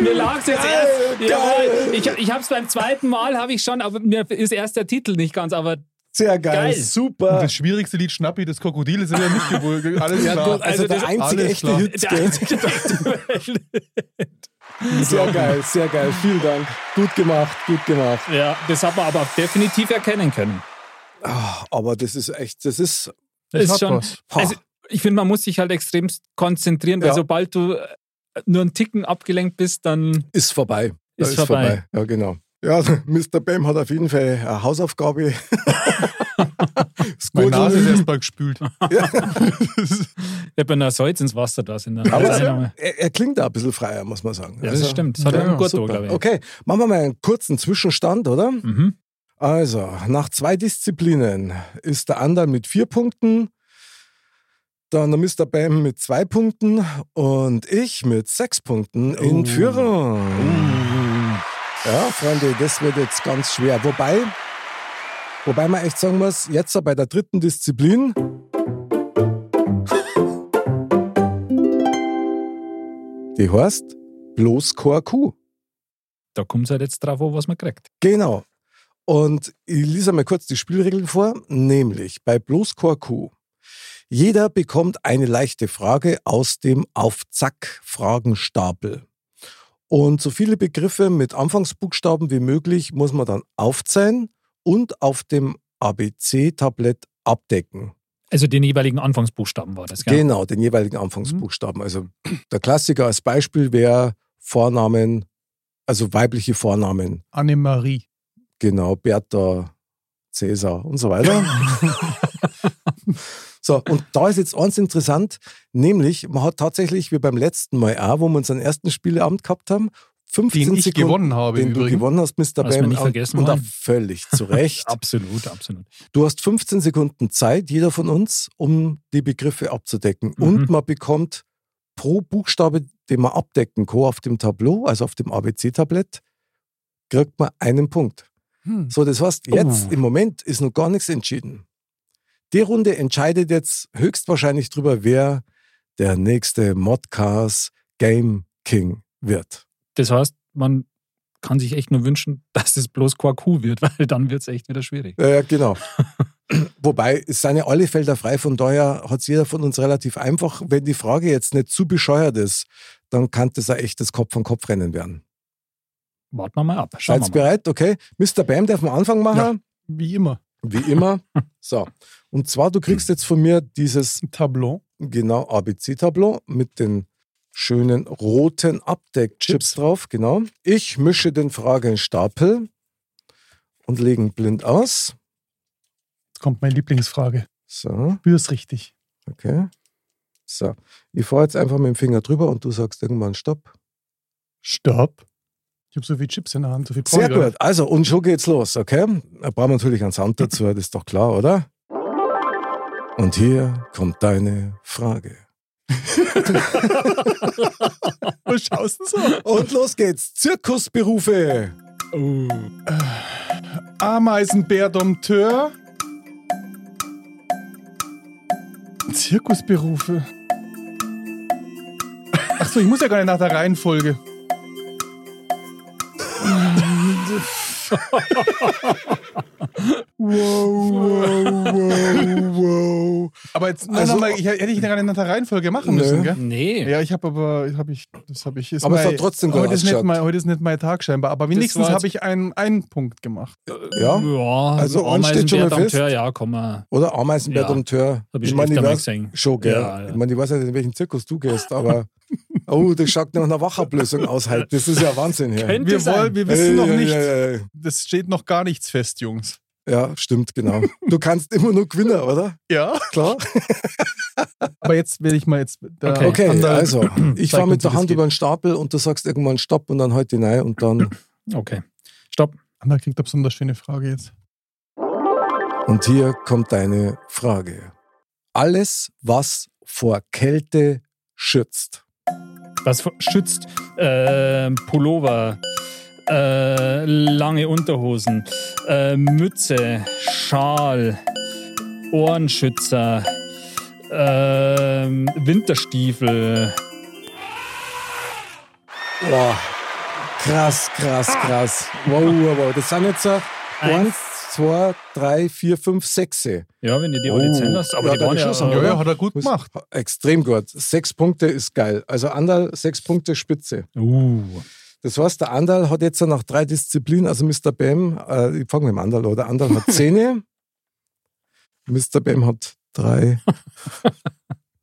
Speaker 3: Mir lag's jetzt erst.
Speaker 1: Geil,
Speaker 3: Jawohl.
Speaker 1: geil.
Speaker 3: Ich, ich hab's beim zweiten Mal, habe ich schon, aber mir ist erst der Titel nicht ganz. Aber
Speaker 1: Sehr geil,
Speaker 3: Geil.
Speaker 1: super.
Speaker 2: Das schwierigste Lied, Schnappi, das Krokodil, ist ja nicht gewollt. Alles
Speaker 3: Ja,
Speaker 2: klar.
Speaker 3: gut,
Speaker 1: Also,
Speaker 3: also
Speaker 1: der
Speaker 3: das-
Speaker 1: einzige
Speaker 2: alles
Speaker 1: echte
Speaker 2: klar.
Speaker 1: Hit,
Speaker 3: der
Speaker 1: gell?
Speaker 3: einzige
Speaker 1: Sehr geil, sehr geil. Vielen Dank. Gut gemacht, gut gemacht.
Speaker 3: Ja, das hat man aber definitiv erkennen können.
Speaker 1: Ah, Aber das ist echt, das ist.
Speaker 3: Das
Speaker 2: hab
Speaker 3: ist schon.
Speaker 2: was.
Speaker 1: Boah.
Speaker 3: Also, ich finde, man muss sich halt extremst konzentrieren, weil
Speaker 1: Ja.
Speaker 3: sobald du äh, nur einen Ticken abgelenkt bist, dann
Speaker 1: Ist vorbei. Da
Speaker 3: Ist vorbei.
Speaker 1: Ja, genau. Ja, Mr. Bam hat auf jeden Fall eine Hausaufgabe. Ist
Speaker 2: Meine
Speaker 1: gut.
Speaker 2: Nase ist erstmal gespült.
Speaker 3: wird man da Salz ins Wasser da sind. Dann
Speaker 1: Aber
Speaker 3: Das ist einer mal-
Speaker 1: er, er klingt da ein bisschen freier, muss man sagen. Also,
Speaker 3: ja, das stimmt. Das hat
Speaker 1: ja,
Speaker 3: einen gut
Speaker 1: super.
Speaker 3: glaube ich.
Speaker 1: Okay, machen wir mal einen kurzen Zwischenstand, oder?
Speaker 3: Mhm.
Speaker 1: Also, nach zwei Disziplinen ist der Ander mit vier Punkten, dann der Mr. Bam mit zwei Punkten und ich mit sechs Punkten in
Speaker 2: Oh.
Speaker 1: Führung. Ja, Freunde, das wird jetzt ganz schwer. Wobei, wobei man echt sagen muss, jetzt bei der dritten Disziplin. Die heißt bloß Chor Q.
Speaker 3: Da kommt es halt jetzt drauf an, was man kriegt.
Speaker 1: Genau. Und ich lese mal kurz die Spielregeln vor, nämlich bei bloß Q. Jeder bekommt eine leichte Frage aus dem Auf-Zack-Fragenstapel. Und so viele Begriffe mit Anfangsbuchstaben wie möglich muss man dann aufzeigen und auf dem ABC-Tablett abdecken.
Speaker 3: Also den jeweiligen Anfangsbuchstaben war das, gell?
Speaker 1: Genau, den jeweiligen Anfangsbuchstaben. Also der Klassiker als Beispiel wäre Vornamen, also weibliche Vornamen.
Speaker 2: Annemarie.
Speaker 1: Genau, Bertha, Cäsar und so weiter. so, und da ist jetzt eins interessant, nämlich man hat tatsächlich, wie beim letzten Mal auch, wo wir unseren ersten Spieleabend gehabt haben, 15
Speaker 2: Den ich
Speaker 1: Sekunden,
Speaker 2: gewonnen habe
Speaker 1: den
Speaker 2: im
Speaker 1: du
Speaker 2: Übrigen.
Speaker 1: gewonnen hast, Mr.
Speaker 3: Was wir
Speaker 1: Bam,
Speaker 3: nicht
Speaker 1: und-
Speaker 3: vergessen
Speaker 1: und auch
Speaker 3: wollen.
Speaker 1: völlig zu Recht.
Speaker 3: Absolut, absolut.
Speaker 1: Du hast 15 Sekunden Zeit, jeder von uns, um die Begriffe abzudecken.
Speaker 3: Mhm.
Speaker 1: Und man bekommt pro Buchstabe, den man abdecken kann, auf dem Tableau, also auf dem ABC-Tablett, kriegt man einen Punkt.
Speaker 2: Hm.
Speaker 1: So, das heißt, jetzt
Speaker 3: Oh.
Speaker 1: im Moment ist noch gar nichts entschieden. Die Runde entscheidet jetzt höchstwahrscheinlich drüber, wer der nächste Modcast Game King wird.
Speaker 3: Das heißt, man kann sich echt nur wünschen, dass es bloß Quarku wird, weil dann wird es echt wieder schwierig.
Speaker 1: Ja, ja, genau. Wobei, es sind ja alle Felder frei, von daher hat es jeder von uns relativ einfach. Wenn die Frage jetzt nicht zu bescheuert ist, dann kann das ein echtes Kopf-an-Kopf-Rennen werden.
Speaker 3: Warten wir mal ab. Schauen
Speaker 1: Seid
Speaker 3: wir mal.
Speaker 1: bereit? Okay. Mr. Bam darf am Anfang machen,
Speaker 2: Wie immer.
Speaker 1: wie immer. So. Und zwar, du kriegst jetzt von mir dieses
Speaker 2: Ein Tableau.
Speaker 1: genau ABC-Tableau mit den schönen roten Abdeck-Chips drauf. Genau. Ich mische den Fragenstapel und lege ihn blind aus.
Speaker 2: Jetzt kommt meine Lieblingsfrage.
Speaker 1: So.
Speaker 2: Spür's richtig.
Speaker 1: Okay. So, ich fahre jetzt einfach mit dem Finger drüber und du sagst irgendwann Stopp.
Speaker 2: Stopp. Ich habe so viel Chips in der Hand, so viel
Speaker 1: Sehr
Speaker 2: Porridge.
Speaker 1: gut. Also, und schon geht's los, okay? Da brauchen wir natürlich einen Sound dazu, das ist doch klar, oder? Und hier kommt deine Frage.
Speaker 2: Was schaust du so?
Speaker 1: Und los geht's. Zirkusberufe.
Speaker 2: Ameisenbärdompteur. Zirkusberufe. Achso, ich muss ja gar nicht nach der Reihenfolge.
Speaker 1: wow, wow.
Speaker 2: Aber jetzt, nein,
Speaker 1: Also-
Speaker 2: nein, nein, ich, hätte ich gar nicht nach der Reihenfolge machen
Speaker 1: Nö.
Speaker 2: müssen, gell?
Speaker 3: Nee.
Speaker 2: Ja, ich habe aber, das habe ich, das habe ich. Ist
Speaker 1: Aber es
Speaker 2: mein-
Speaker 1: hat trotzdem gut
Speaker 2: heute ist, nicht
Speaker 1: ausgeschaut.
Speaker 2: mein, heute ist nicht mein Tag scheinbar, aber wenigstens
Speaker 3: war jetzt-
Speaker 2: habe ich einen, einen Punkt gemacht.
Speaker 1: Ja. Also,
Speaker 3: also
Speaker 1: eins steht schon mal
Speaker 3: Ameisenbär
Speaker 1: fest.
Speaker 3: am Ja, komm mal.
Speaker 1: Oder Ameisenbärdomteur.
Speaker 3: Hab ich,
Speaker 1: meine,
Speaker 3: öfter
Speaker 1: ich
Speaker 3: mal
Speaker 1: weiß
Speaker 3: gesehen.
Speaker 1: schon, gell?
Speaker 3: Ja, ja.
Speaker 1: Ich meine, ich weiß nicht, in welchen Zirkus du gehst, aber. Oh, das schaut nach einer Wachablösung aus halt. Das ist ja Äh, Wahnsinn hier.
Speaker 3: Könnte
Speaker 2: Wir,
Speaker 3: sein.
Speaker 2: wollen, wir wissen noch
Speaker 1: Ey,
Speaker 2: nicht.
Speaker 1: ey, ey, ey.
Speaker 2: Das steht noch gar nichts fest, Jungs.
Speaker 1: Ja, stimmt, genau. Du kannst immer nur gewinnen, oder?
Speaker 2: Ja.
Speaker 1: Klar.
Speaker 2: Aber jetzt will ich mal jetzt. Da
Speaker 3: Okay.
Speaker 1: Okay,
Speaker 2: an der-
Speaker 1: also, ich
Speaker 2: zeig
Speaker 1: fahre
Speaker 2: uns,
Speaker 1: mit
Speaker 2: wie
Speaker 1: der
Speaker 2: das
Speaker 1: Hand
Speaker 2: geht.
Speaker 1: über den Stapel und du sagst irgendwann Stopp und dann halt die Nein und dann.
Speaker 3: Okay. Stopp.
Speaker 2: Anna kriegt eine besonders schöne Frage jetzt.
Speaker 1: Und hier kommt deine Frage. Alles, was vor Kälte schützt.
Speaker 3: Was vor- schützt? Ähm, Pullover, äh, lange Unterhosen, äh, Mütze, Schal, Ohrenschützer, ähm, Winterstiefel.
Speaker 1: Boah. Krass, krass,
Speaker 2: Ah.
Speaker 1: krass. Wow, wow, wow. Das sind jetzt so eins, zwei, drei, vier, fünf, sechs.
Speaker 3: Ja, wenn ihr die alle
Speaker 1: Oh,
Speaker 3: zählen lasst. Aber
Speaker 1: ja,
Speaker 3: die waren
Speaker 1: darf ich
Speaker 3: ja,
Speaker 1: schon sagen,
Speaker 2: Ja,
Speaker 1: oder?
Speaker 2: ja, hat er gut gemacht.
Speaker 1: Extrem gut. Sechs Punkte ist geil. Also Andal, sechs Punkte Spitze.
Speaker 3: Uh,
Speaker 1: Das heißt, der Andal hat jetzt nach drei Disziplinen, also Mr. Bam, äh, ich fange mit dem Andal an, der Andal hat Zähne, Mr. Bam hat drei.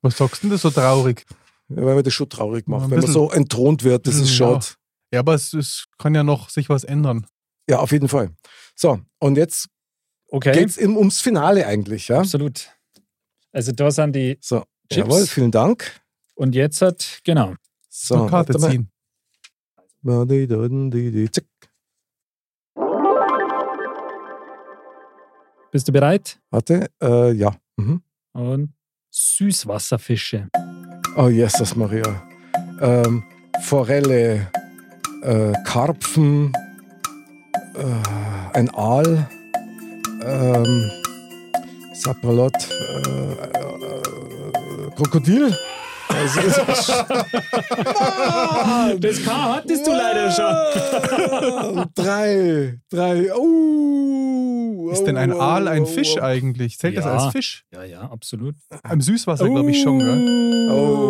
Speaker 2: Was sagst du denn das so traurig?
Speaker 1: Ja, weil mir das schon traurig macht,
Speaker 2: Ja, ein
Speaker 1: wenn man
Speaker 2: bisschen.
Speaker 1: so entthront wird, das ist
Speaker 2: Ja.
Speaker 1: schade.
Speaker 2: Ja, aber es, es kann ja noch sich was ändern.
Speaker 1: Ja, auf jeden Fall. So, und jetzt
Speaker 3: okay.
Speaker 1: geht's eben ums Finale eigentlich, ja?
Speaker 3: Absolut. Also da sind die.
Speaker 1: So,
Speaker 3: Chips.
Speaker 1: jawohl, vielen Dank.
Speaker 3: Und jetzt hat, genau.
Speaker 1: So,
Speaker 2: So, Karte
Speaker 1: warte mal.
Speaker 2: ziehen.
Speaker 1: Di, di, di, di, zick.
Speaker 3: Bist du bereit?
Speaker 1: Warte, äh, ja. Mhm.
Speaker 3: Und Süßwasserfische.
Speaker 1: Oh, Jesus Maria. Ähm, Forelle, äh, Karpfen, äh, ein Aal, ähm, Sapperlot, äh, äh, äh, Krokodil. Also, das
Speaker 3: Das K hattest du leider schon.
Speaker 1: schon. drei, drei. Oh,
Speaker 2: Ist denn ein
Speaker 1: oh,
Speaker 2: Aal ein
Speaker 1: oh,
Speaker 2: Fisch
Speaker 1: oh.
Speaker 2: eigentlich? Zählt das
Speaker 3: Ja.
Speaker 2: als Fisch?
Speaker 3: Ja, ja, absolut.
Speaker 2: Im Süßwasser, glaube ich schon, gell? Oh.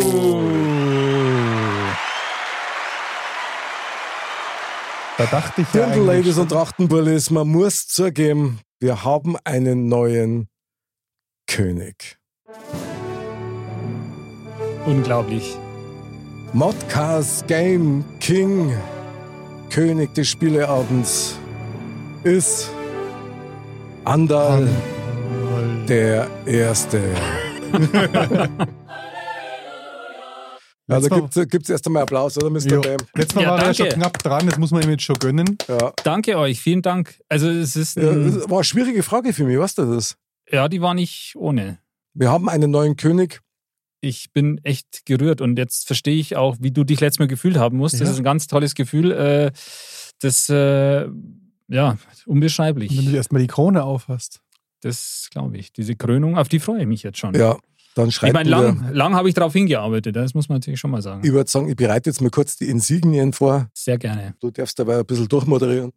Speaker 2: Da dachte ich ja.
Speaker 1: Dirndl
Speaker 2: eigentlich
Speaker 1: Ladies
Speaker 2: schon.
Speaker 1: und Trachtenbullis, man muss zugeben, wir haben einen neuen König.
Speaker 3: Unglaublich.
Speaker 1: Modcast Game King, König des Spieleabends, ist Andal der Erste. Also
Speaker 2: Jetzt mal-
Speaker 1: gibt es erst einmal Applaus, oder Mr.
Speaker 2: Jo.
Speaker 1: Bam?
Speaker 2: Letztes Mal
Speaker 3: Ja,
Speaker 2: war er
Speaker 3: danke.
Speaker 2: schon knapp dran, das muss man ihm jetzt schon gönnen.
Speaker 1: Ja.
Speaker 3: Danke euch, vielen Dank. Also es
Speaker 2: Mhm.
Speaker 3: ist,
Speaker 1: Ja,
Speaker 3: ein-
Speaker 1: das war eine schwierige Frage für mich, weißt du das?
Speaker 3: ja, die war nicht ohne.
Speaker 1: Wir haben einen neuen König.
Speaker 3: Ich bin echt gerührt und jetzt verstehe ich auch, wie du dich letztes Mal gefühlt haben musst. Das
Speaker 2: Ja.
Speaker 3: ist ein ganz tolles Gefühl. äh, Das, äh, ja,
Speaker 2: Und wenn du
Speaker 3: unbeschreiblich.
Speaker 2: erstmal die Krone aufhast.
Speaker 3: Das glaube ich. Diese Krönung, auf die freue ich mich jetzt schon.
Speaker 1: Ja, Dann schreibt
Speaker 3: Ich meine,
Speaker 1: mir-
Speaker 3: lang, lang habe ich darauf hingearbeitet, das muss man natürlich schon mal sagen.
Speaker 1: Ich würde sagen, ich bereite jetzt mal kurz die Insignien vor.
Speaker 3: Sehr gerne.
Speaker 1: Du darfst dabei ein bisschen durchmoderieren.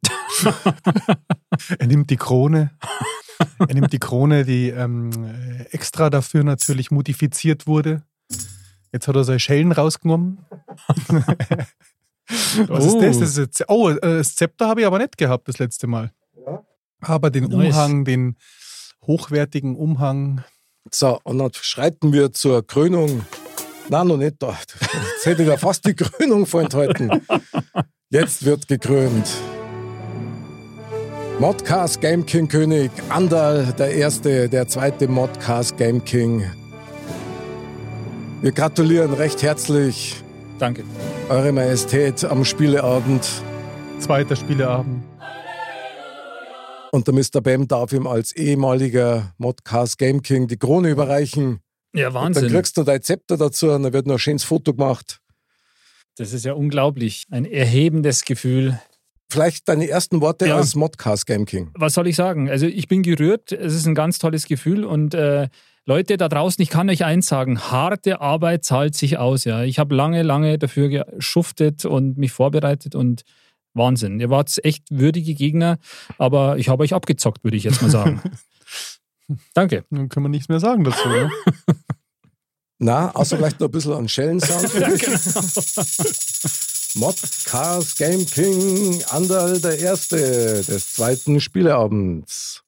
Speaker 2: Er nimmt die Krone. er nimmt die Krone, die ähm, extra dafür natürlich modifiziert wurde. Jetzt hat er seine Schellen rausgenommen. Was
Speaker 3: Oh.
Speaker 2: ist das? das ist jetzt, oh, äh, das Zepter habe ich aber nicht gehabt das letzte Mal. Aber den
Speaker 3: Nice.
Speaker 2: Umhang, den hochwertigen Umhang.
Speaker 1: So, und dann schreiten wir zur Krönung. Nein, noch nicht da. Jetzt hätte ich da fast die Krönung vorenthalten. Jetzt wird gekrönt. Modcast Game King König, Andal der Erste, der zweite Modcast Game King. Wir gratulieren recht herzlich
Speaker 3: Oh, Danke.
Speaker 1: Eure Majestät am Spieleabend.
Speaker 2: Zweiter Spieleabend.
Speaker 1: Und der Mr. Bam darf ihm als ehemaliger Modcast Game King die Krone überreichen.
Speaker 3: Ja,
Speaker 1: Dann
Speaker 3: Wahnsinn.
Speaker 1: kriegst du dein Zepter dazu und dann wird noch ein schönes Foto gemacht.
Speaker 3: Das ist ja unglaublich. Ein erhebendes Gefühl.
Speaker 1: Vielleicht deine ersten Worte
Speaker 3: Ja.
Speaker 1: als Modcast Game King.
Speaker 3: Was soll ich sagen? Also ich bin gerührt. Es ist ein ganz tolles Gefühl. Und äh, Leute da draußen, ich kann euch eins sagen, harte Arbeit zahlt sich aus. Ja. Ich habe lange, lange dafür geschuftet und mich vorbereitet und Wahnsinn. Ihr wart echt würdige Gegner, aber ich habe euch abgezockt, würde ich jetzt mal sagen. Danke.
Speaker 2: Dann können wir nichts mehr sagen dazu. Ne?
Speaker 1: Na, außer vielleicht noch ein bisschen an Schellensound.
Speaker 2: genau.
Speaker 1: Modcast Game King, Andal der Erste des zweiten Spieleabends.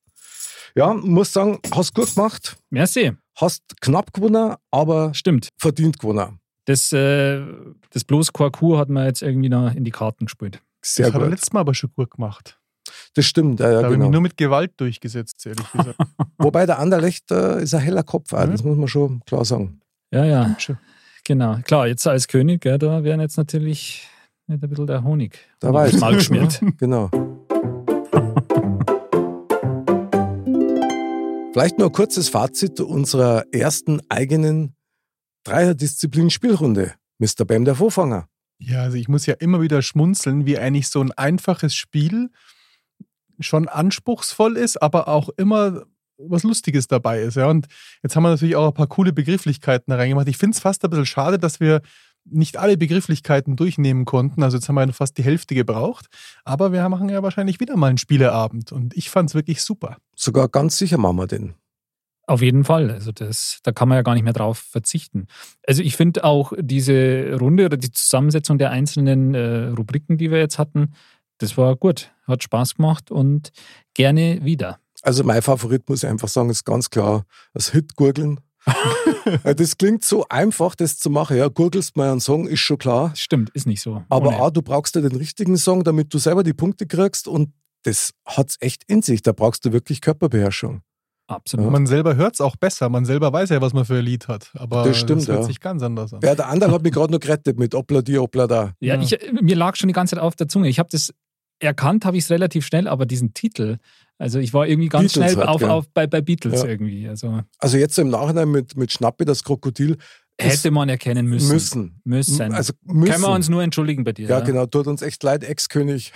Speaker 1: Ja, muss sagen, hast gut gemacht,
Speaker 3: Merci.
Speaker 1: hast knapp gewonnen, aber
Speaker 3: Stimmt.
Speaker 1: verdient gewonnen.
Speaker 3: Das, äh, das bloß Quarkur hat man jetzt irgendwie noch in die Karten gespielt.
Speaker 1: Sehr
Speaker 2: Das hat er
Speaker 1: gut.
Speaker 2: letztes Mal aber schon gut gemacht.
Speaker 1: Das stimmt, ja,
Speaker 2: da
Speaker 1: ja,
Speaker 2: habe ich
Speaker 1: genau.
Speaker 2: mich nur mit Gewalt durchgesetzt, ehrlich gesagt.
Speaker 1: Wobei der Anderlecht äh, ist ein heller Kopf, auch,
Speaker 2: Mhm.
Speaker 1: das muss man schon klar sagen.
Speaker 3: Ja, ja,
Speaker 2: Schon.
Speaker 3: genau. Klar, jetzt als König, gell, da wären jetzt natürlich nicht ein bisschen der Honig.
Speaker 1: Da war
Speaker 3: Mal geschmiert.
Speaker 1: Genau. Vielleicht nur ein kurzes Fazit unserer ersten eigenen Dreierdisziplin-Spielrunde. Mr. Bam der Vorfanger.
Speaker 2: Ja, also ich muss ja immer wieder schmunzeln, wie eigentlich so ein einfaches Spiel schon anspruchsvoll ist, aber auch immer was Lustiges dabei ist. Ja. Und jetzt haben wir natürlich auch ein paar coole Begrifflichkeiten da reingemacht. Ich finde es fast ein bisschen schade, dass wir nicht alle Begrifflichkeiten durchnehmen konnten. Also jetzt haben wir fast die Hälfte gebraucht. Aber wir machen ja wahrscheinlich wieder mal einen Spieleabend. Und ich fand es wirklich super.
Speaker 1: Sogar ganz sicher machen wir den.
Speaker 3: Auf jeden Fall. Also das, da kann man ja gar nicht mehr drauf verzichten. Also ich finde auch diese Runde oder die Zusammensetzung der einzelnen äh, Rubriken, die wir jetzt hatten, das war gut. Hat Spaß gemacht und gerne wieder.
Speaker 1: Also mein Favorit, muss ich einfach sagen, ist ganz klar das Hit-Gurgeln. Weil das klingt so einfach, das zu machen. Ja, gurgelst mal einen Song, ist schon klar.
Speaker 3: Stimmt, ist nicht so.
Speaker 1: Aber
Speaker 3: Ohne.
Speaker 1: auch, du brauchst ja den richtigen Song, damit du selber die Punkte kriegst. Und das hat's echt in sich. Da brauchst du wirklich Körperbeherrschung.
Speaker 3: absolut.
Speaker 2: Man selber hört es auch besser. Man selber weiß ja, was man für ein Lied hat. Aber
Speaker 1: Das stimmt,
Speaker 2: das hört
Speaker 1: ja.
Speaker 2: sich ganz anders an.
Speaker 1: Ja, der andere hat mich gerade noch gerettet mit Obla di, Obla da.
Speaker 3: Ja,
Speaker 2: Ja.
Speaker 3: Ich, äh, mir lag schon die ganze Zeit auf der Zunge. Ich habe das erkannt, habe ich es relativ schnell, aber diesen Titel, also ich war irgendwie ganz
Speaker 1: Beatles
Speaker 3: schnell
Speaker 1: halt,
Speaker 3: auf,
Speaker 1: gell?
Speaker 3: auf, bei, bei Beatles
Speaker 1: Ja.
Speaker 3: irgendwie. Also
Speaker 1: Also jetzt so im Nachhinein mit, mit Schnappe, das Krokodil. das
Speaker 3: hätte man erkennen müssen.
Speaker 1: müssen.
Speaker 3: Müssen.
Speaker 1: Also müssen.
Speaker 3: Können wir uns nur entschuldigen bei dir.
Speaker 1: ja, genau, tut uns echt leid, Ex-König.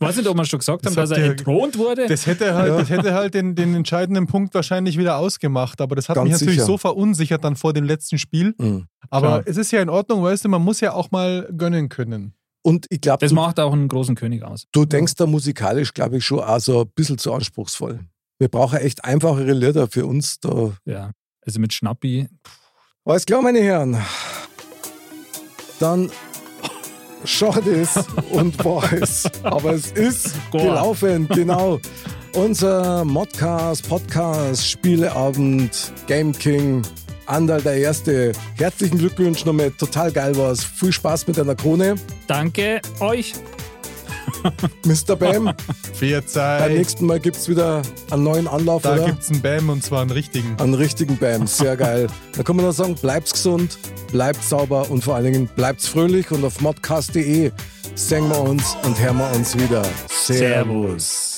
Speaker 3: Weiß nicht, ob wir schon gesagt haben,
Speaker 2: Das
Speaker 3: dass
Speaker 2: habt
Speaker 3: er
Speaker 2: ihr-
Speaker 3: entthront wurde.
Speaker 2: Das hätte halt, das hätte halt den, den entscheidenden Punkt wahrscheinlich wieder ausgemacht. Aber das hat
Speaker 1: Ganz
Speaker 2: mich natürlich
Speaker 1: sicher.
Speaker 2: so verunsichert dann vor dem letzten Spiel.
Speaker 1: Mhm.
Speaker 2: Aber
Speaker 3: Klar.
Speaker 2: es ist ja in Ordnung, weißt du, man muss ja auch mal gönnen können.
Speaker 1: Und ich glaube,
Speaker 3: Das
Speaker 1: du,
Speaker 3: macht auch einen großen König aus.
Speaker 1: du denkst da musikalisch, glaube ich, schon auch so ein bisschen zu anspruchsvoll. Wir brauchen echt einfachere Lieder für uns. Da.
Speaker 3: Ja. Also mit Schnappi.
Speaker 1: Alles klar, meine Herren. Dann schade es und war es. Aber es ist
Speaker 3: Goa.
Speaker 1: gelaufen, genau. Unser Modcast, Podcast, Spieleabend, Game King, Andal der Erste. Herzlichen Glückwunsch nochmal, total geil war's. Viel Spaß mit deiner Krone.
Speaker 3: Danke euch.
Speaker 1: Mr. Bam, beim
Speaker 2: Vierzeit.
Speaker 1: nächsten Mal gibt's wieder einen neuen Anlauf,
Speaker 2: Da
Speaker 1: oder?
Speaker 2: gibt's einen Bam und zwar einen richtigen.
Speaker 1: Einen richtigen Bam, sehr geil. Da kann man nur sagen, bleibt's gesund, bleibt sauber und vor allen Dingen bleibt's fröhlich und auf modcast.de singen wir uns und hören wir uns wieder. Servus.